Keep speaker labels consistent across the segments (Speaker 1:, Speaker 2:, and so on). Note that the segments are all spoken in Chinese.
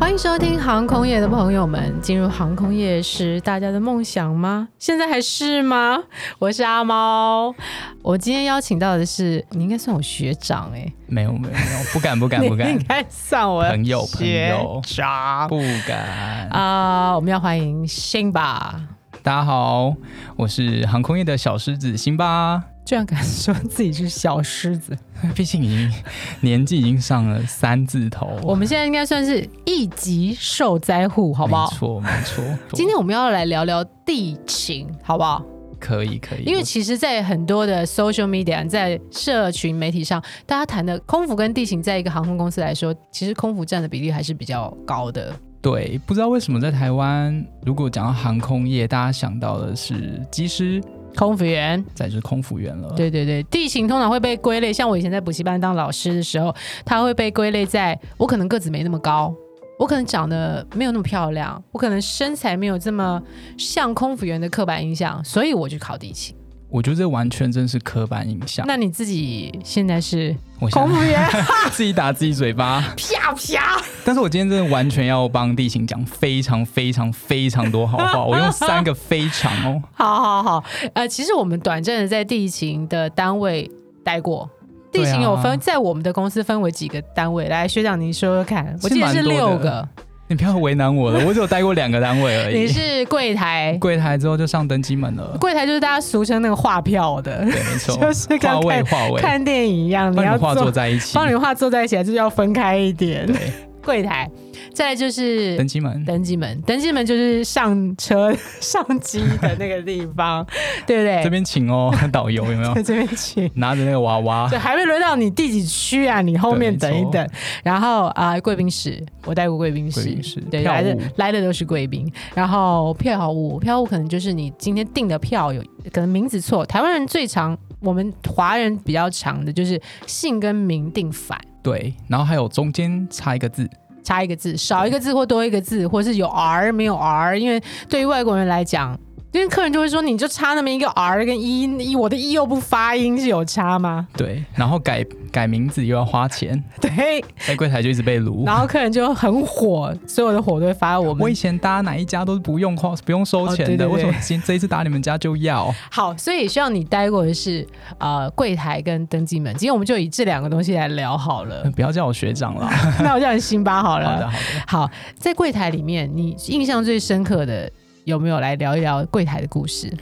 Speaker 1: 欢迎收听航空业的朋友们，进入航空业是大家的梦想吗？现在还是吗？我是阿猫，我今天邀请到的是你应该算我学长哎、
Speaker 2: 没有没有没有，不敢不 敢
Speaker 1: 你
Speaker 2: 不敢
Speaker 1: 应，该算我的
Speaker 2: 朋友朋
Speaker 1: 学
Speaker 2: 友
Speaker 1: 长
Speaker 2: 不敢。
Speaker 1: 啊、我们要欢迎辛巴，
Speaker 2: 大家好，我是航空业的小狮子辛巴，
Speaker 1: 居然敢说自己是小狮子，
Speaker 2: 毕竟已经年纪已经上了三字
Speaker 1: 我
Speaker 2: 头，
Speaker 1: 们现在应该算是一级受灾户，好不好
Speaker 2: 没？错没错。
Speaker 1: 今天我们要来聊聊地勤，好不好？
Speaker 2: 可以可以，
Speaker 1: 因为
Speaker 2: 我
Speaker 1: 其实，在很多的 social media，在社群媒体上，大家谈的空服跟地勤，在一个航空公司来说，其实空服占的比例还是比较高的。
Speaker 2: 对不知道为什么在台湾，如果讲到航空业，大家想到的是机师，
Speaker 1: 空服员，
Speaker 2: 再就是空服员了。
Speaker 1: 对对对，地勤通常会被归类，像我以前在补习班当老师的时候，他会被归类在我可能个子没那么高，我可能长得没有那么漂亮，我可能身材没有这么像空服员的刻板印象，所以我去考地勤。
Speaker 2: 我觉得这完全真是刻板印象。
Speaker 1: 那你自己现在是
Speaker 2: 我
Speaker 1: 空
Speaker 2: 想
Speaker 1: 服员，
Speaker 2: 自己打自己嘴巴。
Speaker 1: 啪啪。
Speaker 2: 但是我今天真的完全要帮地形讲非常非常非常多好话，我用三个非常哦。
Speaker 1: 好好好，呃，其实我们短暂的在地勤的单位待过。地
Speaker 2: 对
Speaker 1: 勤有分，
Speaker 2: 啊
Speaker 1: 在我们的公司分为几个单位？来，学长你说说看，我
Speaker 2: 是
Speaker 1: 记得
Speaker 2: 蛮
Speaker 1: 是
Speaker 2: 多的
Speaker 1: 六个。
Speaker 2: 你不要为难我了，我只有待过两个单位而
Speaker 1: 你
Speaker 2: 已。
Speaker 1: 是柜台，
Speaker 2: 柜台之后就上登机门了，
Speaker 1: 柜台就是大家俗称那个画票的，
Speaker 2: 对，没 错，
Speaker 1: 就是跟
Speaker 2: 话位话位，
Speaker 1: 看电影一样，你
Speaker 2: 帮
Speaker 1: 要
Speaker 2: 你画
Speaker 1: 坐
Speaker 2: 作，在一起，
Speaker 1: 帮你画坐在一起，还是要分开一点。
Speaker 2: 对，
Speaker 1: 柜台，再来就是
Speaker 2: 登机门，
Speaker 1: 登机门，登机门就是上车 上机的那个地方，对不对？
Speaker 2: 这边请哦， 导游有没有
Speaker 1: 在 这边请。
Speaker 2: 拿着那个娃 娃
Speaker 1: 对，？还没轮到你第几区啊？你后面
Speaker 2: 对
Speaker 1: 等一
Speaker 2: 没错
Speaker 1: 等。然后啊、贵宾室，我带过贵宾室，
Speaker 2: 贵宾室
Speaker 1: 对，
Speaker 2: 票
Speaker 1: 来的
Speaker 2: 务
Speaker 1: 来的都是贵宾。然后票务，票务可能就是你今天订的票有可能名字错，台湾人最常，我们华人比较常的就是姓跟名订反。
Speaker 2: 对，然后还有中间插一个字，
Speaker 1: 差一个字，少一个字或多一个字，或是有 R 没有 R，因为对于外国人来讲，因为客人就会说你就差那么一个 R 跟一，一我的一又不发音是有差吗？
Speaker 2: 对，然后改改名字又要花钱，
Speaker 1: 对，
Speaker 2: 在柜台就一直被撸。
Speaker 1: 然后客人就很火，所有的火都会发我
Speaker 2: 我以
Speaker 1: 们。
Speaker 2: 前搭哪一家都是不用花不用收
Speaker 1: 哦
Speaker 2: 钱
Speaker 1: 对对
Speaker 2: 的，
Speaker 1: 对
Speaker 2: 为什么今这一次打你们家就要？
Speaker 1: 好，所以需要你待过的是呃柜台跟登机门。今天我们就以这两个东西来聊好 了。
Speaker 2: 呃不要叫我学 长啦。
Speaker 1: 那我叫你辛巴好
Speaker 2: 好
Speaker 1: 了。
Speaker 2: 的，好的。
Speaker 1: 好，在柜台里面，你印象最深刻的有没有来聊一聊柜台的故事？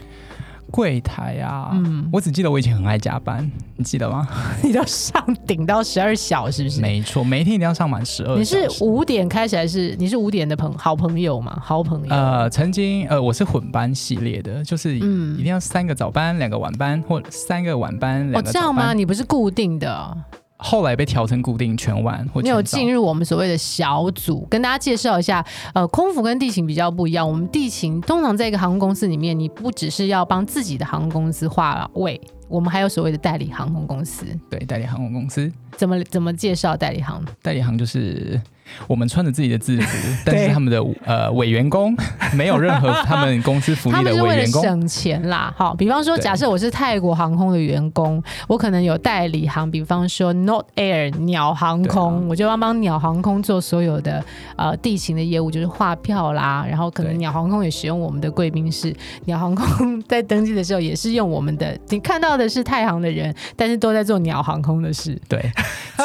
Speaker 2: 柜台啊，
Speaker 1: 嗯
Speaker 2: 我只记得我以前很爱加班，你记得吗？
Speaker 1: 你都上顶到十二小是不是？
Speaker 2: 没错，每一天一定要上满十二。
Speaker 1: 你是五点开始还是你是五点的朋好朋友吗？好朋友，
Speaker 2: 呃，曾经呃，我是混班系列的，就是
Speaker 1: 嗯
Speaker 2: 一定要三个早班、两个晚班，或三个晚班、
Speaker 1: 哦
Speaker 2: 两个
Speaker 1: 这
Speaker 2: 早
Speaker 1: 样吗？
Speaker 2: 班。
Speaker 1: 你不是固定的，哦
Speaker 2: 后来被调成固定全晚或
Speaker 1: 你有
Speaker 2: 全早。
Speaker 1: 进入我们所谓的小组，跟大家介绍一下。呃，空服跟地勤比较不一样，我们地勤通常在一个航空公司里面，你不只是要帮自己的航空公司划位，我们还有所谓的代理航空公司。
Speaker 2: 对，代理航空公司，
Speaker 1: 怎么怎么介绍代理航？
Speaker 2: 代理航就是我们穿着自己的制服， 但是他们的呃伪员工没有任何他们公司 福
Speaker 1: 他
Speaker 2: 利
Speaker 1: 们
Speaker 2: 的
Speaker 1: 是
Speaker 2: 伪
Speaker 1: 为了
Speaker 2: 员工。
Speaker 1: 省钱啦。好，比方说，
Speaker 2: 对
Speaker 1: 假设我是泰国航空的员工，我可能有代理航，比方说 Not Air 鸟航空，
Speaker 2: 对啊
Speaker 1: 我就要帮鸟航空做所有的呃地勤的业务，就是划票啦。然后可能
Speaker 2: 对
Speaker 1: 鸟航空也使用我们的贵宾室，鸟航空在登机的时候也是用我们的。你看到的是太行的人，但是都在做鸟航空的事。
Speaker 2: 对，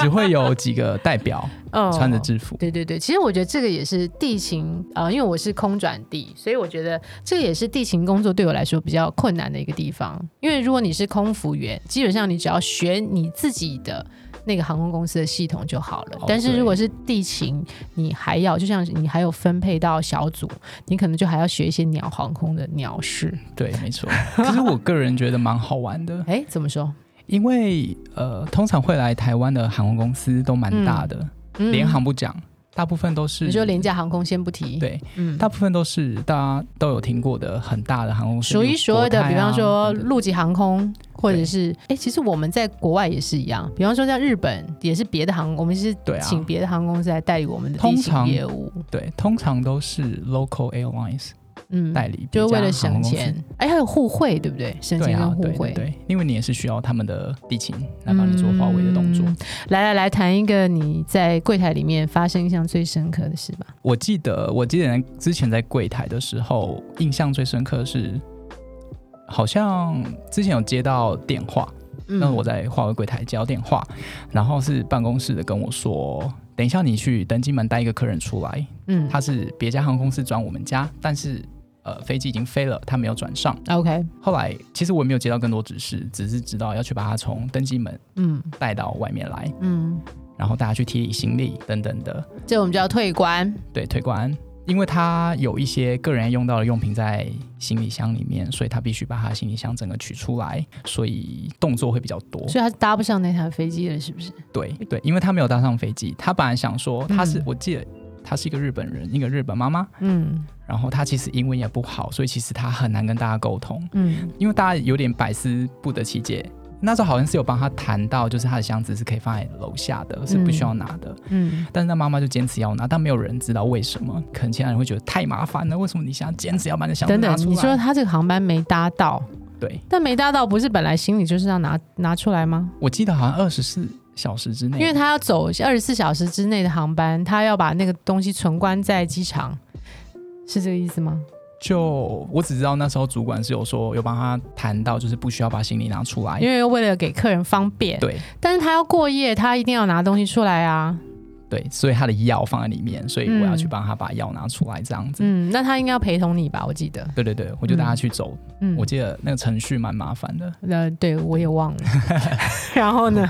Speaker 2: 只会有几个代 表
Speaker 1: 嗯
Speaker 2: 穿着制服。
Speaker 1: 对对对，其实我觉得这个也是地勤啊、呃因为我是空转地，所以我觉得这个也是地勤工作对我来说比较困难的一个地方。因为如果你是空服员，基本上你只要学你自己的那个航空公司的系统就好了。
Speaker 2: 哦
Speaker 1: 但是
Speaker 2: 对
Speaker 1: 如果是地勤，你还要就像你还有分配到小组，你可能就还要学一些鸟航空的鸟 事。
Speaker 2: 对，没 错。可是我个人觉得蛮好玩的，
Speaker 1: 哎，怎么说？
Speaker 2: 因为呃，通常会来台湾的航空公司都蛮大的，
Speaker 1: 嗯
Speaker 2: 联、航不讲，大部分都是
Speaker 1: 你说廉价航空先不提，，
Speaker 2: 对，
Speaker 1: 嗯，
Speaker 2: 大部分都是大家都有听过的很大的航空公司，
Speaker 1: 数一数二的，
Speaker 2: 例如国泰啊
Speaker 1: 比方说
Speaker 2: 等等
Speaker 1: 陆籍航空，或者
Speaker 2: 对
Speaker 1: 是哎、诶其实我们在国外也是一样，比方说像日本也是别的航，我们是
Speaker 2: 对啊
Speaker 1: 请别的航空公司来代理我们的
Speaker 2: 通
Speaker 1: 地勤
Speaker 2: 常
Speaker 1: 业务。
Speaker 2: 对，通常都是 local airlines，
Speaker 1: 嗯，
Speaker 2: 代理
Speaker 1: 就是为
Speaker 2: 别
Speaker 1: 了
Speaker 2: 家
Speaker 1: 省
Speaker 2: 航空公司
Speaker 1: 钱，哎，还有互惠，对不对？省
Speaker 2: 对
Speaker 1: 钱跟
Speaker 2: 啊，
Speaker 1: 互
Speaker 2: 对
Speaker 1: 惠
Speaker 2: 对，对，因为你也是需要他们的地勤来帮你做华为的动作。
Speaker 1: 嗯来来来，谈一个你在柜台里面发生印象最深刻的事吧。
Speaker 2: 我记得，我记得之前在柜台的时候，印象最深刻是，好像之前有接到电话，
Speaker 1: 嗯
Speaker 2: 那我在华为柜台接到电话，然后是办公室的跟我说，等一下你去登机门带一个客人出来，
Speaker 1: 嗯
Speaker 2: 他是别家航空公司转我们家，但是呃飞机已经飞了，他没有转上。
Speaker 1: ，OK，
Speaker 2: 后来其实我也没有接到更多指示，只是知道要去把他从登机门
Speaker 1: 嗯
Speaker 2: 带到外面来，
Speaker 1: 嗯，
Speaker 2: 然后大家去提行李等等的，
Speaker 1: 这我们叫退关，
Speaker 2: 对推关。因为他有一些个人用到的用品在行李箱里面，所以他必须把他行李箱整个取出来，所以动作会比较多。
Speaker 1: 所以他是搭不上那台飞机了，是不是？
Speaker 2: 对对，因为他没有搭上飞机，他本来想说他是、
Speaker 1: 嗯
Speaker 2: 我记得他是一个日本人，一个日本妈妈，
Speaker 1: 嗯
Speaker 2: 然后他其实英文也不好，所以其实他很难跟大家沟通，
Speaker 1: 嗯
Speaker 2: 因为大家有点百思不得其解。那时候好像是有帮他谈到，就是他的箱子是可以放在楼下的，是不需要拿的。
Speaker 1: 嗯
Speaker 2: 但是那妈妈就坚持要拿，但没有人知道为什么。可能其他人会觉得太麻烦了，为什么你想坚持要把你的箱子
Speaker 1: 等等
Speaker 2: 拿，出来？
Speaker 1: 你说他这个航班没搭到，
Speaker 2: 对，
Speaker 1: 但没搭到不是本来行李就是要拿拿出来吗？
Speaker 2: 我记得好像二十四小时之内，
Speaker 1: 因为他要走二十四小时之内的航班，他要把那个东西存关在机场，是这个意思吗？
Speaker 2: 就我只知道那时候主管是有说有帮他谈到，就是不需要把行李拿出来，
Speaker 1: 因为为了给客人方便，
Speaker 2: 哎对
Speaker 1: 但是他要过夜，他一定要拿东西出来啊。
Speaker 2: 对，所以他的药放在里面，所以我要
Speaker 1: 嗯
Speaker 2: 去帮他把药拿出来，这样子。
Speaker 1: 嗯，那他应该要陪同你吧？我记得，
Speaker 2: 对对对，我就带他去走，
Speaker 1: 嗯，
Speaker 2: 我记得那个程序蛮麻烦的。
Speaker 1: 呃，对我也 忘了。然后呢？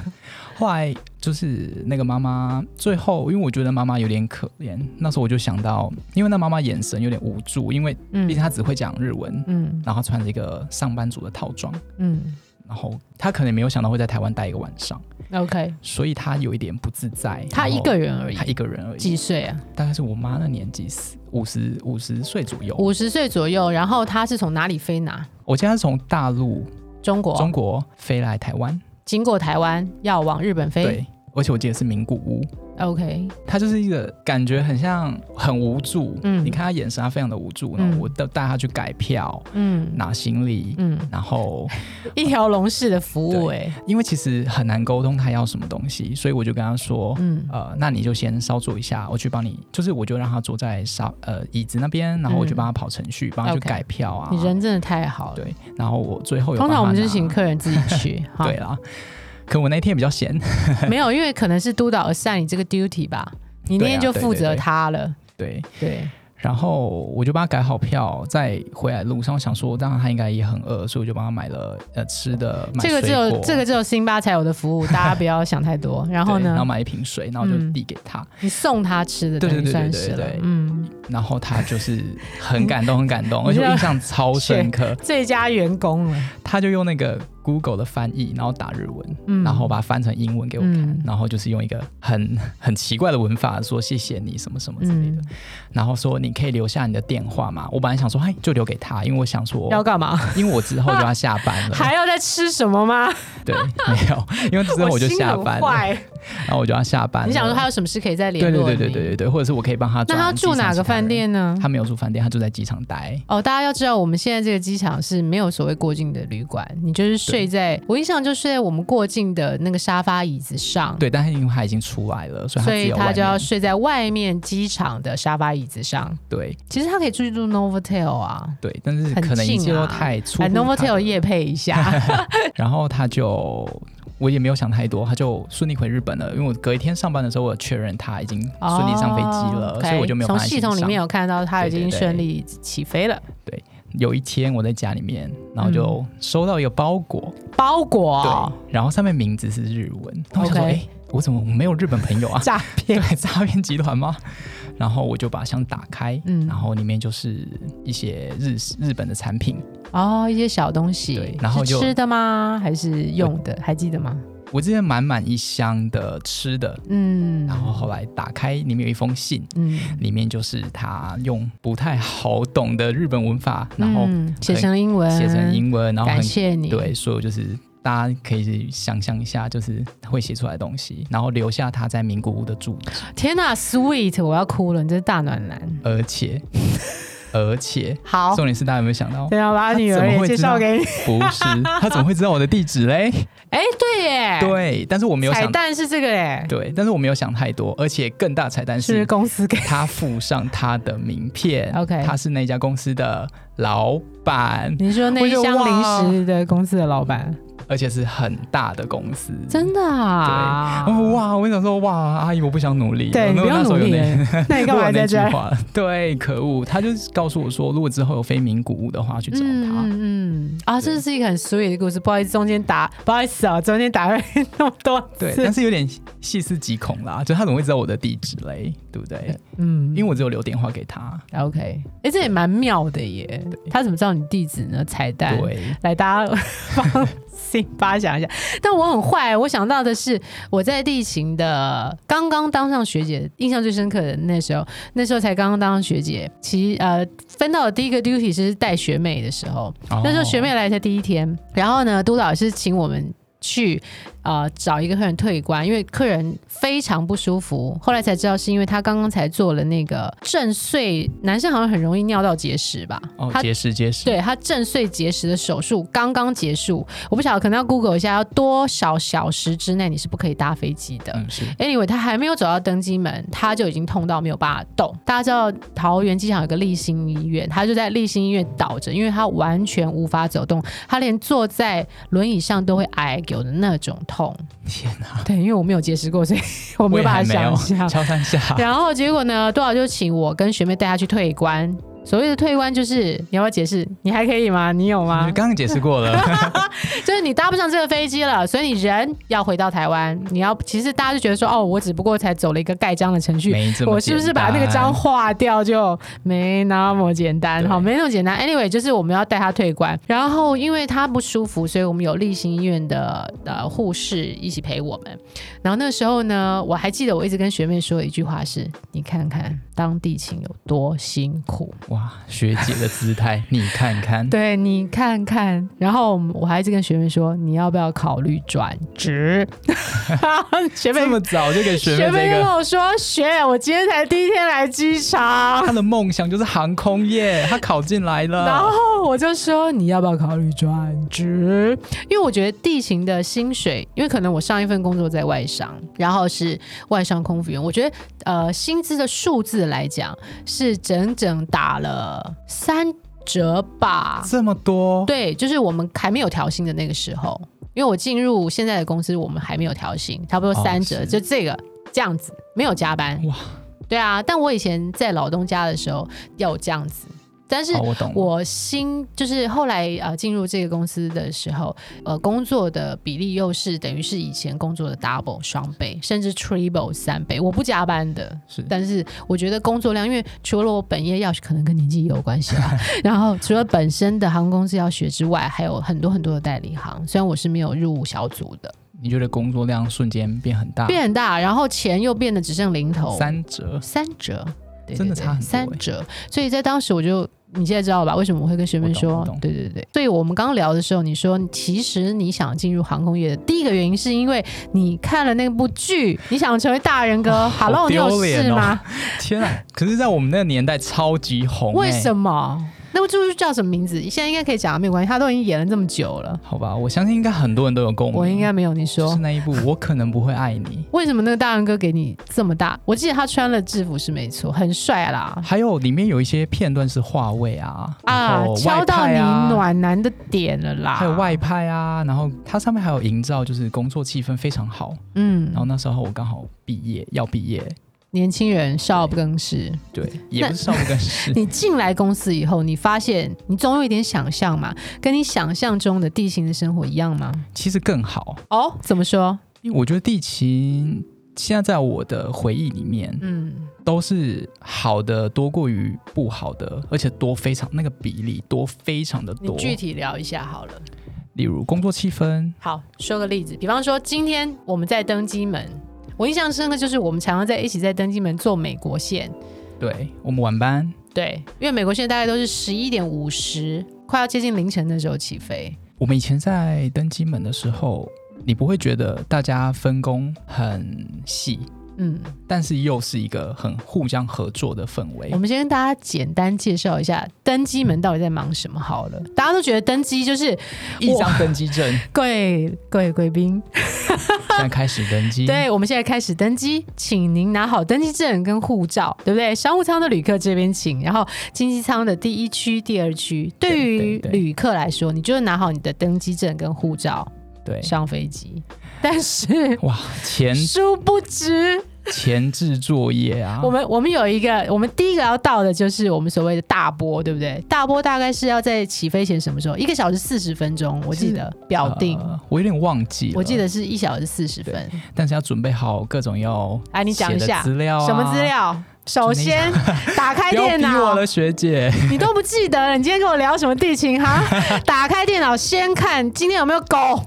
Speaker 2: 后来就是那个妈妈，最后因为我觉得妈妈有点可怜，那时候我就想到，因为那妈妈眼神有点无助，因为毕
Speaker 1: 嗯
Speaker 2: 竟她只会讲日文，
Speaker 1: 嗯
Speaker 2: 然后穿着一个上班族的套装，
Speaker 1: 嗯
Speaker 2: 然后她可能没有想到会在台湾待一个晚上，
Speaker 1: ，OK，
Speaker 2: 所以她有一点不自在。
Speaker 1: 他一个人而已
Speaker 2: 她，一个人而已，
Speaker 1: 几岁啊？
Speaker 2: 大概是我妈那年纪，四五十五十岁左右。
Speaker 1: 五十岁左右。然后他是从哪里飞哪？
Speaker 2: 我记得她是从大陆
Speaker 1: 中国，
Speaker 2: 中国飞来台湾，
Speaker 1: 经过台湾，要往日本飞。
Speaker 2: 对，而且我记得是名古屋。
Speaker 1: OK，
Speaker 2: 他就是一个感觉很像很无助，
Speaker 1: 嗯
Speaker 2: 你看他眼神，他非常的无助。然后我带带他去改票、
Speaker 1: 嗯
Speaker 2: 拿行李，
Speaker 1: 嗯，
Speaker 2: 然后
Speaker 1: 一条龙式的服务、
Speaker 2: 对
Speaker 1: 哎，
Speaker 2: 因为其实很难沟通他要什么东西，所以我就跟他说，
Speaker 1: 嗯
Speaker 2: 呃，那你就先稍坐一下，我去帮你，就是我就让他坐在沙呃椅子那边，然后我就帮他跑程序，帮他去
Speaker 1: 嗯 OK
Speaker 2: 改票啊。
Speaker 1: 你人真的太好了。
Speaker 2: 对，然后我最后有
Speaker 1: 通常我们
Speaker 2: 帮他
Speaker 1: 就
Speaker 2: 拿
Speaker 1: 是请客人自己去， 哈
Speaker 2: 对啦。可我那天比较闲，
Speaker 1: 没有，因为可能是督导 assign 你这个 duty 吧，你那天
Speaker 2: 对
Speaker 1: 就
Speaker 2: 啊对
Speaker 1: 负责
Speaker 2: 对对
Speaker 1: 他了。
Speaker 2: 对，
Speaker 1: 对，
Speaker 2: 然后我就帮他改好票，在回来路上我想说，当然他应该也很饿，所以我就帮他买了呃吃的，买
Speaker 1: 这个只
Speaker 2: 水
Speaker 1: 有
Speaker 2: 果
Speaker 1: 这个只有辛巴才有的服务， 大家不要想太多。然后
Speaker 2: 对然
Speaker 1: 呢嗯
Speaker 2: 后，买一瓶水，然后就递给他，
Speaker 1: 你送他吃的
Speaker 2: 对对
Speaker 1: 等于
Speaker 2: 对
Speaker 1: 算
Speaker 2: 对
Speaker 1: 是
Speaker 2: 对
Speaker 1: 了
Speaker 2: 对，
Speaker 1: 嗯，
Speaker 2: 然后他就是 很感动，很感动，
Speaker 1: 你
Speaker 2: 而且
Speaker 1: 知道
Speaker 2: 我印象超深 刻，
Speaker 1: 最佳员工了。
Speaker 2: 他就用那个 Google 的翻译，然后打日文，
Speaker 1: 嗯
Speaker 2: 然后把它翻成英文给我看，
Speaker 1: 嗯
Speaker 2: 然后就是用一个很 很奇怪的文法说谢谢你什么什么之类的，
Speaker 1: 嗯，
Speaker 2: 然后说你可以留下你的电话嘛，我本来想说，哎，就留给他，因为我想说，
Speaker 1: 要干 嘛？
Speaker 2: 因为我之后就要下班 了，
Speaker 1: 还要再吃什么吗？
Speaker 2: 对，没 有，因为之后我就
Speaker 1: 心
Speaker 2: 下
Speaker 1: 很
Speaker 2: 班了，
Speaker 1: 坏。
Speaker 2: 然后我就要下班了。
Speaker 1: 你想说他有什么事可以再联
Speaker 2: 对对
Speaker 1: 络
Speaker 2: 对
Speaker 1: 你？
Speaker 2: 对对对对，或者是我可以帮他。
Speaker 1: 那他住哪个饭？店呢？
Speaker 2: 他没有住饭店，他住在机场待。
Speaker 1: 哦，大家要知道，我们现在这个机场是没有所谓过境的旅馆，你就是睡在我印象就睡在我们过境的那个沙发椅子上，
Speaker 2: 对，但是因为他已经出来了，所以他
Speaker 1: 所
Speaker 2: 只
Speaker 1: 以
Speaker 2: 有
Speaker 1: 他
Speaker 2: 外
Speaker 1: 就要
Speaker 2: 面。
Speaker 1: 睡在外面机场的沙发椅子上。
Speaker 2: 对
Speaker 1: 其实他可以去住 Novotel 啊，
Speaker 2: 对，但是
Speaker 1: 很
Speaker 2: 可能一
Speaker 1: 近
Speaker 2: 切都
Speaker 1: 啊
Speaker 2: 太出
Speaker 1: 哎
Speaker 2: 乎他的
Speaker 1: ，Novotel 夜配一 下，哦
Speaker 2: 然后他就。我也没有想太多，他就顺利回日本了。因为我隔一天上班的时候，我有确认他已经顺利上飞机了，
Speaker 1: 哦
Speaker 2: 所以我就没有
Speaker 1: 从
Speaker 2: 放在
Speaker 1: 系
Speaker 2: 心
Speaker 1: 统里
Speaker 2: 上
Speaker 1: 面有看到他已
Speaker 2: 对
Speaker 1: 经
Speaker 2: 对对
Speaker 1: 顺利起飞了。
Speaker 2: 有一天我在家里面，然后就
Speaker 1: 嗯
Speaker 2: 收到一个包裹，
Speaker 1: 包裹
Speaker 2: 对，然后上面名字是日文。然后我想说，哎
Speaker 1: OK
Speaker 2: 我怎么没有日本朋友啊？
Speaker 1: 诈
Speaker 2: 对
Speaker 1: 骗，
Speaker 2: 诈骗集团吗？然后我就把箱打开，
Speaker 1: 嗯
Speaker 2: 然后里面就是一些日日本的产品。
Speaker 1: 哦，一些小东西
Speaker 2: 对，然后
Speaker 1: 是
Speaker 2: 就
Speaker 1: 吃的吗？还是用的？还记得吗？
Speaker 2: 我之前满满一箱的吃的，
Speaker 1: 嗯
Speaker 2: 然后后来打开，里面有一封信，
Speaker 1: 嗯，
Speaker 2: 里面就是他用不太好懂的日本文法，然后
Speaker 1: 嗯写成英文，
Speaker 2: 写成英文，然后
Speaker 1: 感
Speaker 2: 很
Speaker 1: 谢你，
Speaker 2: 对，所以我就是。大家可以想象一下，就是会写出来的东西，然后留下他在名古屋的住址，
Speaker 1: 天呐 s w e e t 我要哭了，你这是大暖男。
Speaker 2: 而且而且
Speaker 1: 好，
Speaker 2: 重点是大家有没有想到？
Speaker 1: 对啊，把女儿
Speaker 2: 怎么
Speaker 1: 也
Speaker 2: 会
Speaker 1: 介
Speaker 2: 知道
Speaker 1: 绍给你。
Speaker 2: 不 是，他怎么会知道我的地址嘞？
Speaker 1: 哎，对耶，，
Speaker 2: 对，但是我没有
Speaker 1: 彩
Speaker 2: 想，
Speaker 1: 蛋是这个耶，
Speaker 2: 对，但是我没有想太多，而且更大彩蛋
Speaker 1: 是
Speaker 2: 是
Speaker 1: 公司给。
Speaker 2: 他附上他的名片
Speaker 1: OK
Speaker 2: 他是那家公司的老板，
Speaker 1: 你说那一
Speaker 2: 我就
Speaker 1: 箱
Speaker 2: 哇
Speaker 1: 零食的公司的老板，
Speaker 2: 而且是很大的公司，
Speaker 1: 真的啊？
Speaker 2: 哦哇！我想说哇，阿姨我不想努力了，
Speaker 1: 对你
Speaker 2: 那
Speaker 1: 不
Speaker 2: 我
Speaker 1: 用
Speaker 2: 那时
Speaker 1: 努
Speaker 2: 候有
Speaker 1: 力
Speaker 2: 那
Speaker 1: 了，那 你干嘛
Speaker 2: 我有
Speaker 1: 在
Speaker 2: 那句
Speaker 1: 这儿？
Speaker 2: 话？对，可恶！他就是告诉我说，如果之后有非名古屋的话，去找他。
Speaker 1: 嗯嗯啊，这是一个很 sweet 的故事，不好意思，中间打，不好意思啊，中间打断你 那么多次。
Speaker 2: 对，但是有点细思极恐啦，就他怎么会知道我的地址嘞？对不对？
Speaker 1: 嗯
Speaker 2: 因为我只有留电话给他。
Speaker 1: ，OK，哎、这也蛮妙的耶，他怎么知道你地址呢？彩蛋。
Speaker 2: 对，
Speaker 1: 来，大家帮心发想一下。但我很坏，我想到的是我在地勤的刚刚当上学姐，印象最深刻的那时候，那时候才刚刚当上学姐，其呃分到的第一个 duty 是带学妹的时候，
Speaker 2: 哦
Speaker 1: 那时候学妹来才第一天，然后呢，督导是请我们去呃找一个客人退关，因为客人非常不舒服。后来才知道是因为他刚刚才做了那个震碎，男生好像很容易尿道结石吧？
Speaker 2: 哦，
Speaker 1: 他
Speaker 2: 结识结识，
Speaker 1: 对他震碎结石的手术刚刚结束，我不晓得可能要 Google 一下，要多少小时之内你是不可以搭飞机的。
Speaker 2: 嗯，是
Speaker 1: Anyway，他还没有走到登机门，他就已经痛到没有办法动。大家知道桃园机场有个立新医院，他就在立新医院倒着，因为他完全无法走动，他连坐在轮椅上都会挨有的那种痛。
Speaker 2: 天哪，
Speaker 1: 对，因为我没有结石过， 所以我没有
Speaker 2: 也
Speaker 1: 办
Speaker 2: 还
Speaker 1: 法
Speaker 2: 没
Speaker 1: 想
Speaker 2: 有
Speaker 1: 象。
Speaker 2: 敲三下，
Speaker 1: 然后结果呢，多少就请我跟学妹带她去退关。所谓的退关就是，你要不要解释？你还可以吗？你有吗
Speaker 2: 刚？刚解释过了，
Speaker 1: 就是你搭不上这个飞机了，所以你人要回到台湾。你要其实大家就觉得说，哦，我只不过才走了一个盖章的程序，
Speaker 2: 没这么
Speaker 1: 我是不是把那个章
Speaker 2: 户？
Speaker 1: 划掉就没那么简单？
Speaker 2: 对
Speaker 1: 好，没那么简单。Anyway，就是我们要带他退关，然后因为他不舒服，所以我们有立行医院的呃护士一起陪我们。然后那时候呢，我还记得我一直跟学妹说一句话是：你看看当地勤有多辛苦。
Speaker 2: 哇，学姐的姿态，你看看，
Speaker 1: 对你看看，然后我们我还一直跟学妹说，你要不要考虑转 职？学妹
Speaker 2: 这么早就给学
Speaker 1: 学
Speaker 2: 妹
Speaker 1: 妹
Speaker 2: 这
Speaker 1: 就
Speaker 2: 个
Speaker 1: 跟。我说，学我今天才第一天来机场，
Speaker 2: 她的梦想就是航空业，她考进来
Speaker 1: 然
Speaker 2: 了。
Speaker 1: 后我就说你要不要考虑转职？因为我觉得地勤的薪水，因为可能我上一份工作在外商，然后是外商空服员，我觉得呃薪资的数字来讲是整整打了三折吧，
Speaker 2: 这么多，
Speaker 1: 对，就是我们还没有调薪的那个时候，因为我进入现在的公司，我们还没有调薪，差不多
Speaker 2: 哦
Speaker 1: 三折，
Speaker 2: 是
Speaker 1: 就这个这样子，没有加班。
Speaker 2: 哇，
Speaker 1: 对啊，但我以前在老东家的时候有这样子，但是
Speaker 2: 哦，我懂了。
Speaker 1: 我新就是后来呃进入这个公司的时候，呃工作的比例又是等于是以前工作的 double 双倍，甚至 triple 三倍，我不加班的。
Speaker 2: 是
Speaker 1: 但是我觉得工作量，因为除了我本业要可能跟年纪也有关系啊，然后除了本身的航空公司要学之外，还有很多很多的代理行。虽然我是没有入伍小组的，
Speaker 2: 你觉得工作量瞬间变很大，
Speaker 1: 变很大，然后钱又变得只剩零头，
Speaker 2: 三折，
Speaker 1: 三折，对
Speaker 2: 真的
Speaker 1: 对对
Speaker 2: 差很多
Speaker 1: 三
Speaker 2: 欸
Speaker 1: 折。所以在当时我就，你现在知道吧？为什么我会跟学妹
Speaker 2: 我懂
Speaker 1: 说
Speaker 2: 我懂，
Speaker 1: 对对对。所以我们刚聊的时候，你说其实你想进入航空业的第一个原因，是因为你看了那部剧，你想成为大人哥。
Speaker 2: 哦好
Speaker 1: Hello，你有
Speaker 2: 丢脸
Speaker 1: 事
Speaker 2: 哦
Speaker 1: 吗？
Speaker 2: 天啊！可是，在我们那个年代超级红、欸
Speaker 1: 为什
Speaker 2: 么？
Speaker 1: 么？那部剧叫什么名字？现在应该可以讲，没有关系，他都已经演了这么久了。
Speaker 2: 好吧，我相信应该很多人都有共鸣。
Speaker 1: 我应该没有你
Speaker 2: 就是
Speaker 1: 说。
Speaker 2: 那一部，我可能不会爱你。
Speaker 1: 为什么那个大人哥给你这么大？我记得他穿了制服是没错，很帅啦
Speaker 2: 还有里面有一些片段是话位啊，然后
Speaker 1: 敲
Speaker 2: 外
Speaker 1: 到
Speaker 2: 派
Speaker 1: 你
Speaker 2: 啊，
Speaker 1: 暖男的点了啦。
Speaker 2: 还有外派啊，然后它上面还有营造就是工作气氛非常好。
Speaker 1: 嗯
Speaker 2: 然后那时候我刚好毕业，要毕业，
Speaker 1: 年轻人少不更事。
Speaker 2: 对，也不是少不
Speaker 1: 。
Speaker 2: 更事
Speaker 1: 你进来公司以后，你发现你总有一点想象嘛，跟你想象中的地形的生活一样吗？
Speaker 2: 其实更好，
Speaker 1: 哦，怎么说？
Speaker 2: 因为我觉得地勤现在在我的回忆里面，
Speaker 1: 嗯，
Speaker 2: 都是好的多过于不好的，而且多非常那个比例多非常的
Speaker 1: 你
Speaker 2: 多。
Speaker 1: 具体聊一下好了。
Speaker 2: 例如工作气氛，
Speaker 1: 好，说个例子，比方说今天我们在登机门，我印象深刻就是我们常常在一起在登机门做美国线，
Speaker 2: 对我们晚班，
Speaker 1: 对，因为美国线大概都是十一点五十，快要接近凌晨的时候起飞。
Speaker 2: 我们以前在登机门的时候，你不会觉得大家分工很细，
Speaker 1: 嗯，
Speaker 2: 但是又是一个很互相合作的氛围
Speaker 1: 我。们先跟大家简单介绍一下登机门到底在忙什么好了。大家都觉得登机就是
Speaker 2: 一张登机 证，
Speaker 1: 贵贵贵宾，
Speaker 2: 现在开始登机。
Speaker 1: 对，我们现在开始登机，请您拿好登机证跟护照，对不对？商务舱的旅客这边请，然后经济舱的第一区、第二区。对于
Speaker 2: 对对
Speaker 1: 旅客来说，你就是拿好你的登机证跟护照
Speaker 2: 对，
Speaker 1: 上飞机，但是
Speaker 2: 哇，前
Speaker 1: 殊不知。
Speaker 2: 前置作业啊
Speaker 1: 我，们我们有一个，我们第一个要到的就是我们所谓的大波，对不对？大波大概是要在起飞前什么时候？一个小时四十分钟，我记得表定，
Speaker 2: 呃我有点忘记了，
Speaker 1: 我记得，是一小时四十分。
Speaker 2: 但是要准备好各种要
Speaker 1: 哎你讲一
Speaker 2: 写的
Speaker 1: 下
Speaker 2: 资料、啊，
Speaker 1: 什么资？料？首先打 开
Speaker 2: 不要
Speaker 1: 电
Speaker 2: 逼我
Speaker 1: 脑
Speaker 2: 了，，学 姐。
Speaker 1: 你都不记得了。你今天跟我聊什么地勤 哈？打开电脑先看今天有没有狗。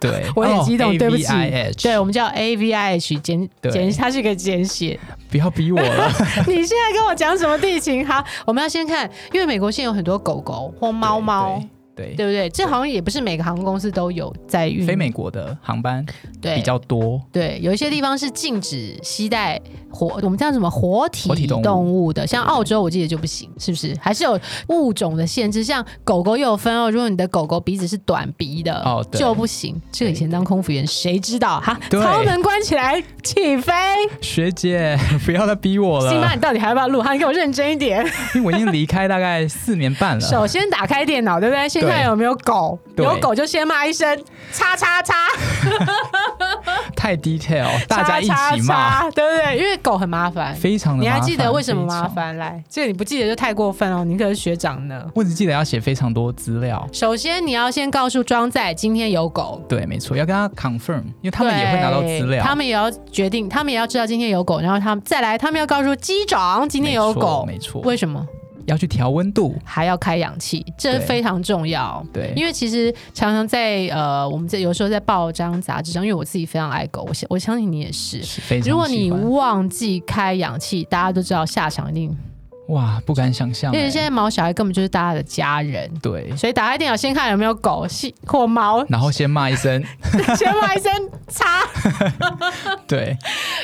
Speaker 2: 对，
Speaker 1: 我很激动，
Speaker 2: 哦
Speaker 1: 对不起
Speaker 2: AVIH
Speaker 1: 对我们叫 A V I H 简
Speaker 2: 对
Speaker 1: 简，它是一个简 写。
Speaker 2: 不要逼我了。
Speaker 1: 你现在跟我讲什么地勤哈？我们要先看，因为美国现在有很多狗狗或 猫猫。
Speaker 2: 对，对
Speaker 1: 对不对？这好像也不是每个航空公司都有在运
Speaker 2: 对，飞美国的航班
Speaker 1: 对
Speaker 2: 比较多，
Speaker 1: 对，有一些地方是禁止携带活，我们叫什么活体
Speaker 2: 活体动物
Speaker 1: 物的，像澳洲我记得就不行，是不是？还是有物种的限制，像狗狗又有分哦，如果你的狗狗鼻子是短鼻的，
Speaker 2: 哦对
Speaker 1: 就不行。这个以前当空服员谁知道哈？
Speaker 2: 对
Speaker 1: 舱门关起来起飞，
Speaker 2: 学姐 不要再逼我
Speaker 1: 辛巴
Speaker 2: 了，
Speaker 1: 你到底还要不要录？哈，你给我认真一点。
Speaker 2: 因为我已经离开大概四年半 了。
Speaker 1: 首先打开电脑，对不对？先看有没有狗，
Speaker 2: 对
Speaker 1: 有狗就先骂一声叉叉叉。
Speaker 2: 太 detail，大家一起
Speaker 1: 叉，
Speaker 2: 骂，
Speaker 1: 叉叉对不对？因为狗很麻烦，
Speaker 2: 非常的
Speaker 1: 你
Speaker 2: 麻烦。
Speaker 1: 还记得为什么麻
Speaker 2: 非常？
Speaker 1: 烦？来，这个你不记得就太过分哦，你可是学长呢。
Speaker 2: 我只记得要写非常多资料。
Speaker 1: 首先，你要先告诉庄仔今天有狗，
Speaker 2: 对，没错，要跟他 confirm，因为他们也会拿到资
Speaker 1: 对
Speaker 2: 料。
Speaker 1: 他们也要决定，他们也要知道今天有狗，然后他们再来，他们要告诉机长今天有狗，
Speaker 2: 没错，没错
Speaker 1: 为什么
Speaker 2: 要去调温度。
Speaker 1: 还要开氧气？这
Speaker 2: 对
Speaker 1: 非常重要。
Speaker 2: 对，
Speaker 1: 因
Speaker 2: 为
Speaker 1: 为其实常常在呃，我们在有时候在报章杂志上，因为我自己非常爱狗，我相我相信你也是。
Speaker 2: 非常
Speaker 1: 如果你
Speaker 2: 喜欢
Speaker 1: 忘记开氧气，大家都知道下场一定
Speaker 2: 哇，不敢想象
Speaker 1: 因
Speaker 2: 欸、
Speaker 1: 为现在毛小孩根本就是大家的家人，
Speaker 2: 对，
Speaker 1: 所以打开电脑先看有没有狗、细或猫，
Speaker 2: 然后先骂 一声，
Speaker 1: 先骂一声“擦
Speaker 2: 对，”，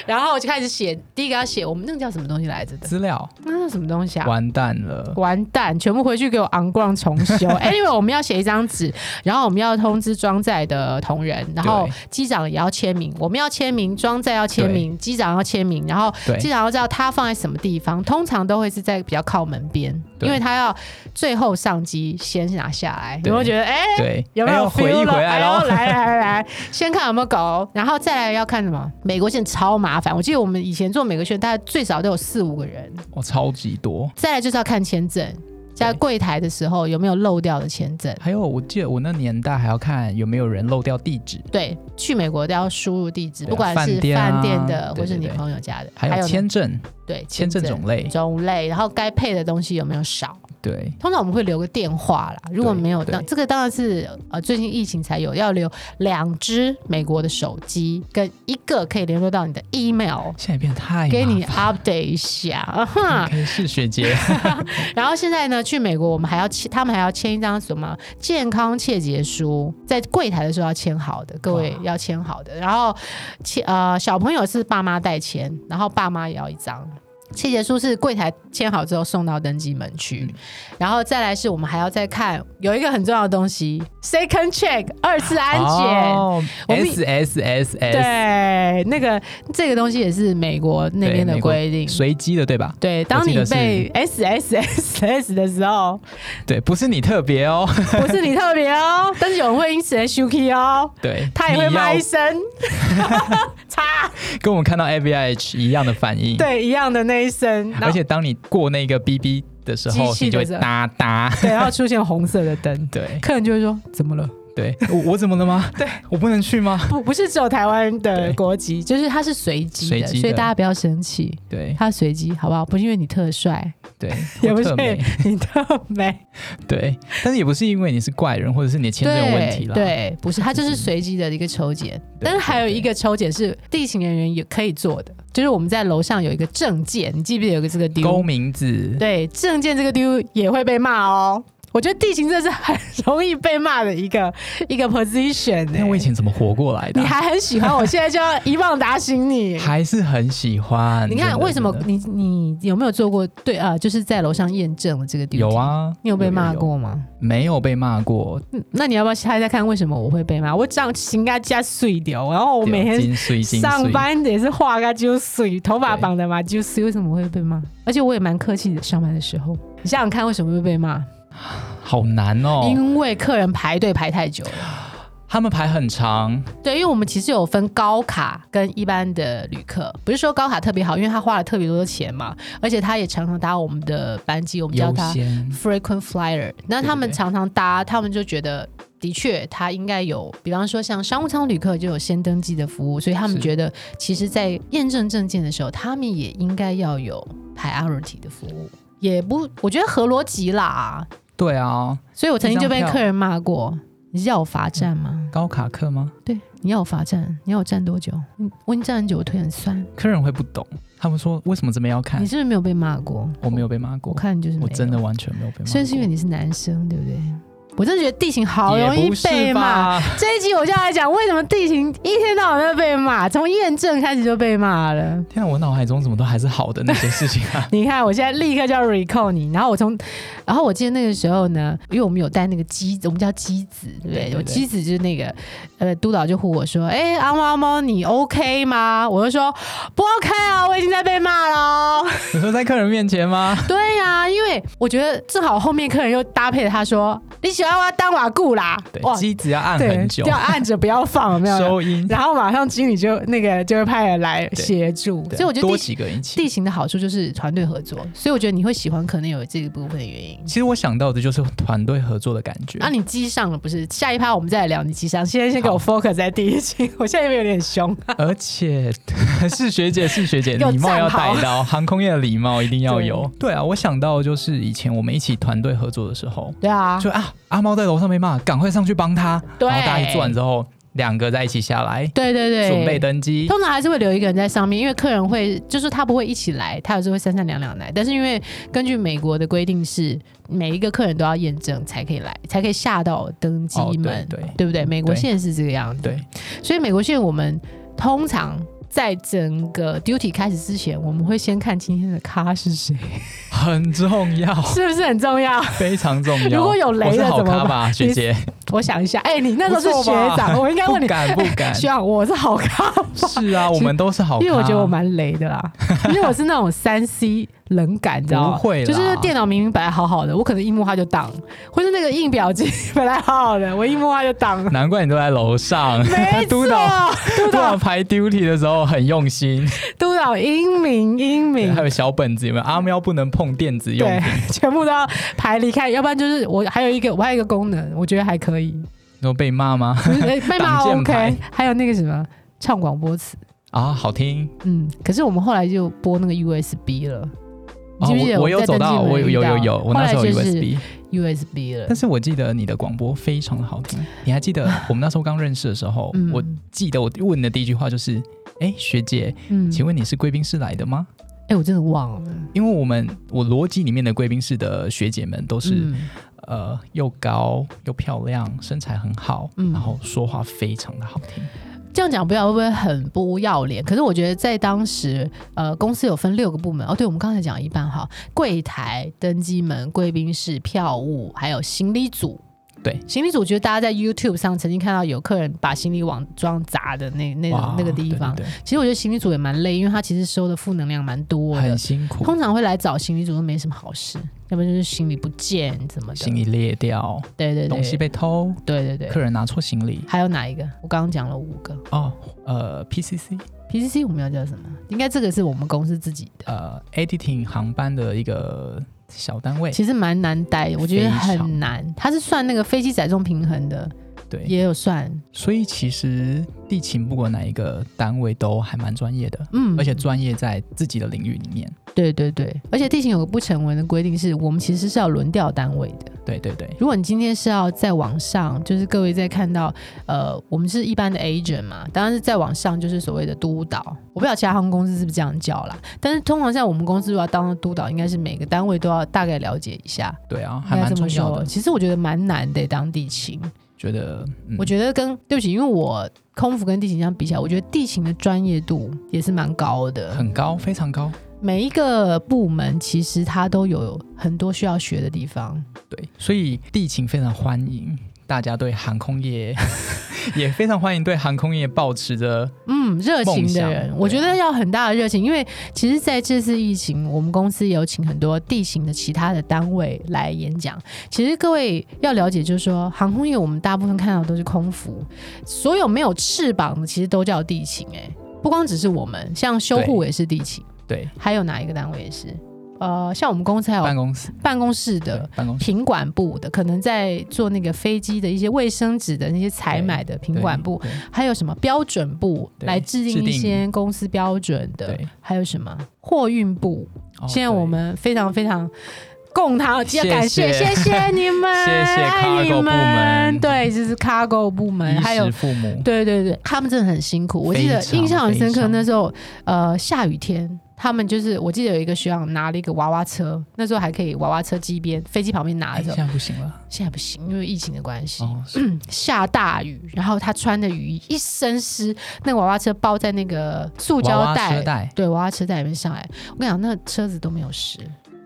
Speaker 1: 然后我就开始写。第一个要写我们那个叫什么东西来着的？
Speaker 2: 资料
Speaker 1: 那叫什么东西啊？
Speaker 2: 完蛋了，
Speaker 1: 完蛋，全部回去给我昂逛重 修。anyway，我们要写一张纸，然后我们要通知装载的同仁，然后
Speaker 2: 对
Speaker 1: 机长也要签名，我们要签名，装载要签名，机长要签名，然后
Speaker 2: 对
Speaker 1: 机长要知道他放在什么地方，通常都会是在比较靠门边，
Speaker 2: 对
Speaker 1: 因为他要最后上机先拿下来。有
Speaker 2: 对
Speaker 1: 没有觉得哎？
Speaker 2: 对，
Speaker 1: 有没
Speaker 2: 哎
Speaker 1: 有
Speaker 2: 呦回
Speaker 1: feel
Speaker 2: 忆
Speaker 1: 了
Speaker 2: 回来
Speaker 1: 哎
Speaker 2: 喽
Speaker 1: 呦？来来来来，先看有没有狗，然后再来要看什么？美国线超麻烦，我记得我们以前做美国线，大概最少都有四五个人。
Speaker 2: 我、哦超级多。
Speaker 1: 再来就是要看签证，在柜台的时候有没有漏掉的签证。
Speaker 2: 还有，我记得我那年代还要看有没有人漏掉地址，
Speaker 1: 对，去美国都要输入地址，
Speaker 2: 对啊
Speaker 1: 不管是
Speaker 2: 饭店啊
Speaker 1: 饭店的，
Speaker 2: 对对
Speaker 1: 或是你
Speaker 2: 对
Speaker 1: 朋友家的，
Speaker 2: 还有
Speaker 1: 呢
Speaker 2: 签证、
Speaker 1: 对
Speaker 2: 签证种类，
Speaker 1: 种类，然后该配的东西有没有少？
Speaker 2: 对
Speaker 1: 通常我们会留个电话啦，如果没有，
Speaker 2: 对
Speaker 1: 那这个当然是呃最近疫情才有，要留两只美国的手机跟一个可以联络到你的 email，
Speaker 2: 现在变得太
Speaker 1: 给你
Speaker 2: 麻
Speaker 1: update 一下，啊
Speaker 2: 烦了
Speaker 1: 哈。
Speaker 2: 可以是学姐，
Speaker 1: 然后现在呢，去美国我们还要签，他们还要签一张什么健康切结书，在柜台的时候要签好的，各位
Speaker 2: 哇
Speaker 1: 要签好的。然后签呃小朋友是爸妈代签，然后爸妈也要一张。切结书是柜台签好之后送到登机门去，然后再来是我们还要再看有一个很重要的东西，second check 二次 安检。
Speaker 2: 哦
Speaker 1: 我们
Speaker 2: ，S S S S，
Speaker 1: 对，那个这个东西也是美国那边的
Speaker 2: 美国
Speaker 1: 规定。
Speaker 2: 随机的对吧？
Speaker 1: 对，当
Speaker 2: 我记
Speaker 1: 你
Speaker 2: 得是
Speaker 1: 被 S S S S 的时候，
Speaker 2: 对，不是你特别哦，
Speaker 1: 不是你特别哦，但是有人会因此而 shuki 哦，
Speaker 2: 对，
Speaker 1: 他也会
Speaker 2: 你要
Speaker 1: 骂一声， 擦，
Speaker 2: 跟我们看到 A V I H 一样的反应，
Speaker 1: 对，一样的那一 声，然后
Speaker 2: 而且当你过那个 B B 的时候，
Speaker 1: 机器
Speaker 2: 你就
Speaker 1: 的
Speaker 2: 会
Speaker 1: 时候
Speaker 2: 哒哒。，
Speaker 1: 对，然后出现红色的灯
Speaker 2: 对
Speaker 1: 客人就会说怎么了？
Speaker 2: 对，我我怎么 了吗？对，我不能去吗？
Speaker 1: 不，不是只有台湾的
Speaker 2: 对
Speaker 1: 国籍，就是它是随机
Speaker 2: 随
Speaker 1: 的，
Speaker 2: 机的
Speaker 1: 所以大家不要生气，
Speaker 2: 对
Speaker 1: 它随机好不好？不是因为你特帅，
Speaker 2: 对，
Speaker 1: 也不
Speaker 2: 我
Speaker 1: 是
Speaker 2: 特
Speaker 1: 因为
Speaker 2: 美，
Speaker 1: 你特美，
Speaker 2: 对，但是也不是因为你是怪人或者是你的签证有问题啦。
Speaker 1: 对，不是，它就是随机的一个抽检。但是还有一个抽检是地勤人员也可以做的，就是我们在楼上有一个证件，你记不记得有个这个
Speaker 2: 勾
Speaker 1: 丢？
Speaker 2: 名字，
Speaker 1: 对，证件这个丢也会被骂哦。我觉得地勤真的是很 容易被骂的一个一个 position、欸。
Speaker 2: 那我以前怎么活过来的
Speaker 1: 你
Speaker 2: 啊、
Speaker 1: 还很喜欢，我现在就要一棒打醒 你。
Speaker 2: 还是很喜欢。
Speaker 1: 你看
Speaker 2: 真的
Speaker 1: 为什么
Speaker 2: 真的
Speaker 1: 你你有没有做过对啊、就是在楼上验证了这个地
Speaker 2: 有，啊？
Speaker 1: 你有被骂
Speaker 2: 有？
Speaker 1: 过吗？
Speaker 2: 有没有被骂过，
Speaker 1: 嗯那你要不要猜猜看为什么我会被骂？我长情该加碎掉，然后我
Speaker 2: 啊
Speaker 1: 每天
Speaker 2: 金碎金碎
Speaker 1: 上班也是画个揪碎，头发绑的嘛揪碎，为什么会被骂？而且我也蛮客气的，上班的时候，你想想看为什么会被骂？
Speaker 2: 好难哦。
Speaker 1: 因为客人排队排太久了。
Speaker 2: 他们排很长，
Speaker 1: 对，因为我们其实有分高卡跟一般的旅客，不是说高卡特别好，因为他花了特别多的钱嘛，而且他也常常搭我们的班机，我们叫
Speaker 2: 优
Speaker 1: 他
Speaker 2: 先
Speaker 1: frequent flyer。那他们
Speaker 2: 对对对
Speaker 1: 常常搭，他们就觉得。的确，他应该有，比方说像商务舱旅客就有先登记的服务，所以他们
Speaker 2: 是
Speaker 1: 觉得，其实，在验证证件的时候，他们也应该要有 priority 的服务，也不，我觉得合逻辑啦。
Speaker 2: 对啊，
Speaker 1: 所以我曾经就被
Speaker 2: 一张票
Speaker 1: 客人骂过，你是要我罚站吗？
Speaker 2: 高卡客吗？
Speaker 1: 对，你要我罚站，你要我站多久？嗯我已经站很久，我腿很酸。
Speaker 2: 客人会不懂，他们说为什么这边要看
Speaker 1: 你？是不是没有被骂过？
Speaker 2: 我没有被骂过
Speaker 1: 我，看你就是没
Speaker 2: 啊我
Speaker 1: 有
Speaker 2: 真的，完全没有被骂过。
Speaker 1: 所以是因为你是男生，对不对？我真的觉得地形好容
Speaker 2: 也
Speaker 1: 易
Speaker 2: 不是
Speaker 1: 被骂。
Speaker 2: 吧？
Speaker 1: 这一集我就要来讲为什么地形一天到晚都在被骂，从验证开始就被骂了。！
Speaker 2: 天啊，我脑海中怎么都还是好的那些事情啊
Speaker 1: 你看，我现在立刻就要 recall 你。然后我从，然后我记得那个时候呢，因为我们有带那个机，我们叫机子，对不对？
Speaker 2: 对对
Speaker 1: 有
Speaker 2: 对
Speaker 1: 机子就是那个，呃，督导就唬我说：“哎、阿猫阿猫，你 OK 吗？”我就说：“不 OK 啊，我已经在被骂 了。
Speaker 2: 你说在客人面前吗？”
Speaker 1: 对呀、因为我觉得正好后面客人又搭配了他说：“你喜欢我要当瓦固啦。”
Speaker 2: 对，机子要按很久
Speaker 1: 对，要按着不要放，有没有？
Speaker 2: 收音，
Speaker 1: 然后马上经理就那个就会派人来
Speaker 2: 对
Speaker 1: 协助，所以我觉得
Speaker 2: 多
Speaker 1: 第
Speaker 2: 几个人一起。
Speaker 1: 地形的好处就是团队合作，所以我觉得你会喜欢，可能有这一部分的原因。
Speaker 2: 其实我想到的就是团队合作的感觉
Speaker 1: 啊，。你机上了不是？下一趴我们再来聊你机上。现在先给我 focus 在第一期，我现在有没有点 凶？
Speaker 2: 而且是学姐，是学姐，
Speaker 1: 又
Speaker 2: 礼貌要
Speaker 1: 站好
Speaker 2: 带到， 航空业的礼貌一定要有。对啊，我想到就是以前我们一起团队合作的时候，
Speaker 1: 对啊，
Speaker 2: 就啊，阿猫在楼上被骂，赶快上去帮他，
Speaker 1: 对
Speaker 2: 然后大家一做完之后，两个在一起下来
Speaker 1: 对对对，
Speaker 2: 准备。登机。
Speaker 1: 通常还是会留一个人在上面，因为客人会，就是他不会一起来，他有时候会三三两两来。但是因为根据美国的规定是，每一个客人都要验证才可以来，才可以下到登机
Speaker 2: 哦对
Speaker 1: 门，
Speaker 2: 对
Speaker 1: 对不对？美国
Speaker 2: 对
Speaker 1: 现在是这个样子。
Speaker 2: 对，
Speaker 1: 所以美国线我们通常在整个 duty 开始之前，我们会先看今天的咖是 谁，
Speaker 2: 很重要，
Speaker 1: 是不是很重要？
Speaker 2: 非常重要。
Speaker 1: 如果有雷了
Speaker 2: 我是好
Speaker 1: 怎么
Speaker 2: 咖
Speaker 1: 办
Speaker 2: 吧，学姐，
Speaker 1: 我想一下，哎、你那时候是
Speaker 2: 不
Speaker 1: 学
Speaker 2: 错吧
Speaker 1: 长，我应该问
Speaker 2: 不
Speaker 1: 你，
Speaker 2: 敢不 敢。
Speaker 1: 学长，我是好咖，
Speaker 2: 是 啊，我们都是好咖，
Speaker 1: 因为我觉得我蛮雷的 啦，因为我是那种三 C 冷感，你知道吗？
Speaker 2: 不会啦
Speaker 1: 就是电脑明明本来好好的，我可能一摸它就荡，或是那个印表机本来好好的，我一摸它就 荡了。
Speaker 2: 难怪你都在楼上
Speaker 1: 没，错
Speaker 2: 督导，
Speaker 1: 督
Speaker 2: 督导
Speaker 1: 导，
Speaker 2: 排 duty 的时候很用心，
Speaker 1: 督导，英明，英
Speaker 2: 对
Speaker 1: 明
Speaker 2: 还，有小本子有没有？阿喵不能碰电子用
Speaker 1: 对
Speaker 2: 品，，
Speaker 1: 全部都要排离开，要不然就是我还有一个，我还有一个功能，我觉得还可以，
Speaker 2: 然后被骂吗？
Speaker 1: 不 是哎被骂
Speaker 2: 挡箭
Speaker 1: OK，
Speaker 2: 牌
Speaker 1: 还有那个什么唱广播词，
Speaker 2: 啊，好听。
Speaker 1: 嗯，可是我们后来就播那个 USB 了，你
Speaker 2: 哦
Speaker 1: 记不记得
Speaker 2: 我我
Speaker 1: 们
Speaker 2: 有
Speaker 1: 在
Speaker 2: 走
Speaker 1: 登
Speaker 2: 到，
Speaker 1: 记门
Speaker 2: 我有
Speaker 1: 遇
Speaker 2: 有有
Speaker 1: 到
Speaker 2: 有，我那时候
Speaker 1: 后来
Speaker 2: 有
Speaker 1: 就是
Speaker 2: USB，
Speaker 1: USB 了
Speaker 2: 但，是我记得你的广播非常的好听。你还记得我们那时 候刚认识的时候
Speaker 1: 嗯，
Speaker 2: 我记得我问的第一句话就是：“哎，学姐，
Speaker 1: 嗯，
Speaker 2: 请问你嗯是贵宾室来的吗
Speaker 1: 哎、我真的忘了，？”
Speaker 2: 因为我们我逻辑里面的贵宾室的学姐们都是
Speaker 1: 嗯
Speaker 2: 呃又高又漂亮，身材很好，
Speaker 1: 嗯
Speaker 2: 然后说话非常的好听。
Speaker 1: 这样讲不要会不会很不要脸？可是我觉得在当时，呃，公司有分六个部门哦。对，我们刚才讲一半哈，柜台、登机门、贵宾室、票务，还有行李组。
Speaker 2: 对，
Speaker 1: 行李组，觉得大家在 YouTube 上曾经看到有客人把行李往桌上砸的那那种
Speaker 2: 哇
Speaker 1: 那个地方。
Speaker 2: 对对
Speaker 1: 其实我觉得行李组也蛮累，因为他其实收的负能量蛮多
Speaker 2: 对
Speaker 1: 的
Speaker 2: 很。辛苦，
Speaker 1: 通常会来找行李组都没什么好事，要不然就是行李不见怎么的。
Speaker 2: 行李裂掉，
Speaker 1: 对对对，
Speaker 2: 东西被偷，
Speaker 1: 对对对。
Speaker 2: 客人拿错行李。
Speaker 1: 还有哪一个？我刚刚讲了五个。
Speaker 2: 哦，呃，PCC，
Speaker 1: PCC 我们要叫什么？应该这个是我们公司自己的，
Speaker 2: 呃，Editing 航班的一个小单位，
Speaker 1: 其实蛮难待的，我觉得
Speaker 2: 非
Speaker 1: 很
Speaker 2: 常
Speaker 1: 难。它是算那个飞机载重平衡的，
Speaker 2: 对，
Speaker 1: 也有算，
Speaker 2: 所以其实地勤不管哪一个单位都还蛮专业的，
Speaker 1: 嗯，
Speaker 2: 而且专业在自己的领域里面。
Speaker 1: 对对对，而且地勤有个不成文的规定是，我们其实是要轮调单位的，
Speaker 2: 对对对，
Speaker 1: 如果你今天是要在网上，就是各位在看到，呃，我们是一般的 agent 嘛，当然是在网上就是所谓的督导，我不知道其他航空公司是不是这样叫啦，但是通常像我们公司如果要当督导，应该是每个单位都要大概了解一下，
Speaker 2: 对啊，还
Speaker 1: 应该
Speaker 2: 蛮
Speaker 1: 这么
Speaker 2: 重要
Speaker 1: 说。
Speaker 2: 的。
Speaker 1: 其实我觉得蛮难的，当地勤，
Speaker 2: 觉得，嗯、
Speaker 1: 我觉得跟对不起，因为我空服跟地勤相比起来，我觉得地勤的专业度也是蛮高的，
Speaker 2: 很高，非常高。
Speaker 1: 每一个部门其实它都有很多需要学的地方。
Speaker 2: 对，所以地勤非常欢迎大家对航空业， 也非常欢迎对航空业保持着
Speaker 1: 嗯，热情的
Speaker 2: 梦
Speaker 1: 人，
Speaker 2: 想啊
Speaker 1: 我觉得要很大的热情，因为其实在这次疫情，我们公司也有请很多地形的其他的单位来演讲。其实各位要了解，就是说航空业我们大部分看到的都是空服，所有没有翅膀的其实都叫地形、欸。不光只是我们，像修护也是地形，
Speaker 2: 对
Speaker 1: 还有哪一个单位也是？呃，像我们公司还
Speaker 2: 办
Speaker 1: 有
Speaker 2: 公室
Speaker 1: 办公室的呃
Speaker 2: 的。办公室，
Speaker 1: 品管部的，可能在做那个飞机的一些卫生纸的那些采买的品管部，
Speaker 2: 对，
Speaker 1: 还有什么标准部
Speaker 2: 对
Speaker 1: 来制
Speaker 2: 制
Speaker 1: 定
Speaker 2: 定
Speaker 1: 一些公司标准的
Speaker 2: 对，
Speaker 1: 还有什么货运部？
Speaker 2: 哦
Speaker 1: 现在我。们非常非常供他，哦
Speaker 2: 谢
Speaker 1: 要感谢谢
Speaker 2: 谢
Speaker 1: 谢你们，
Speaker 2: 谢谢
Speaker 1: 爱
Speaker 2: cargo
Speaker 1: 你
Speaker 2: 部门
Speaker 1: 们，对，就是 cargo 部
Speaker 2: 对
Speaker 1: 门，还
Speaker 2: 衣
Speaker 1: 有
Speaker 2: 食父母，
Speaker 1: 对对对，他们真的很辛苦。我记得
Speaker 2: 非常
Speaker 1: 印象很深
Speaker 2: 非
Speaker 1: 刻，
Speaker 2: 常
Speaker 1: 那时候呃下雨天，他们就是我记得有一个学长拿了一个娃娃车，那时候还可以娃娃车机边飞机旁边拿
Speaker 2: 哎
Speaker 1: 着
Speaker 2: 现，在不行了。
Speaker 1: 现在不行，因为疫情的关啊系。
Speaker 2: 哦，
Speaker 1: 下大雨，然后他穿的雨衣一身湿，那个娃娃车包在那个塑胶
Speaker 2: 娃娃
Speaker 1: 袋，
Speaker 2: 车带
Speaker 1: 对，娃娃车袋里面上来。我跟你讲，那车子都没有湿，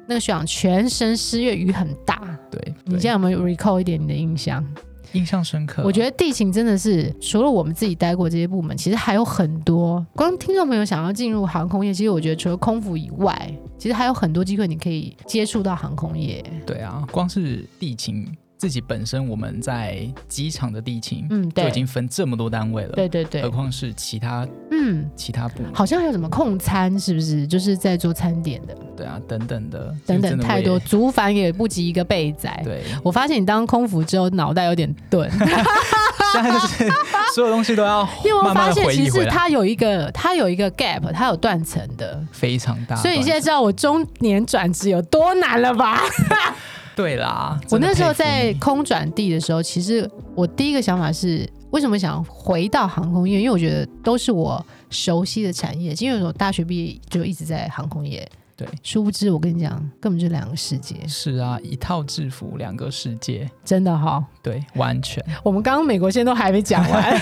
Speaker 1: 那个学长全身湿，因为雨很大。
Speaker 2: 对，
Speaker 1: 你
Speaker 2: 对呃
Speaker 1: 现在有没有 recall 一点你的印象？
Speaker 2: 印象深刻。
Speaker 1: 我觉得地勤真的是，除了我们自己待过这些部门，其实还有很多。光听众朋友想要进入航空业，其实我觉得除了空服以外，其实还有很多机会你可以接触到航空业。
Speaker 2: 对啊，光是地勤自己本身，我们在机场的地勤、
Speaker 1: 嗯，
Speaker 2: 就
Speaker 1: 对
Speaker 2: 已，经呃分这么多单位了，
Speaker 1: 对对
Speaker 2: 何
Speaker 1: 对，
Speaker 2: 况是其他
Speaker 1: 嗯。
Speaker 2: 其他部门，
Speaker 1: 好像还有什么控餐，是不是？就是在做餐点的，
Speaker 2: 对啊，等等的，
Speaker 1: 等
Speaker 2: 就
Speaker 1: 等
Speaker 2: 真的
Speaker 1: 太多，
Speaker 2: 我也
Speaker 1: 竹凡也不及一个备 仔。
Speaker 2: 对，
Speaker 1: 我发现你当空服之后脑袋有点 钝，
Speaker 2: 现在就是所有东西都要
Speaker 1: 因为我
Speaker 2: 慢慢
Speaker 1: 发
Speaker 2: 的
Speaker 1: 现
Speaker 2: 回
Speaker 1: 其
Speaker 2: 忆
Speaker 1: 实
Speaker 2: 回来，
Speaker 1: 它有一个它有一个 gap，它有断层的，
Speaker 2: 非常大。
Speaker 1: 所以你现在知道我中年转职有多难了吧？
Speaker 2: 对啦，
Speaker 1: 我
Speaker 2: 真的
Speaker 1: 那时候
Speaker 2: 佩服
Speaker 1: 在
Speaker 2: 你
Speaker 1: 空转地的时候，其实我第一个想法是，为什么想回到航空业？因为我觉得都是我熟悉的产业，因为我大学毕业就一直在航空业。
Speaker 2: 对
Speaker 1: 殊不知我跟你讲，根本就两个世界，
Speaker 2: 是啊，一套制服两个世界，
Speaker 1: 真的哈、
Speaker 2: 对，完 全
Speaker 1: 我们刚刚美国线都还没讲 完，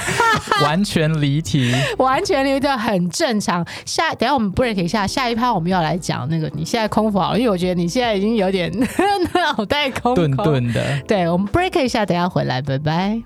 Speaker 2: 完全离题，
Speaker 1: 完全留的很正常。下等一下我们 break 一下，下一趴我们要来讲那个你现在空腹好了，因为我觉得你现在已经有点 脑袋空空。
Speaker 2: 顿顿的。
Speaker 1: 对，我们 break 一下，等一下回来，拜拜。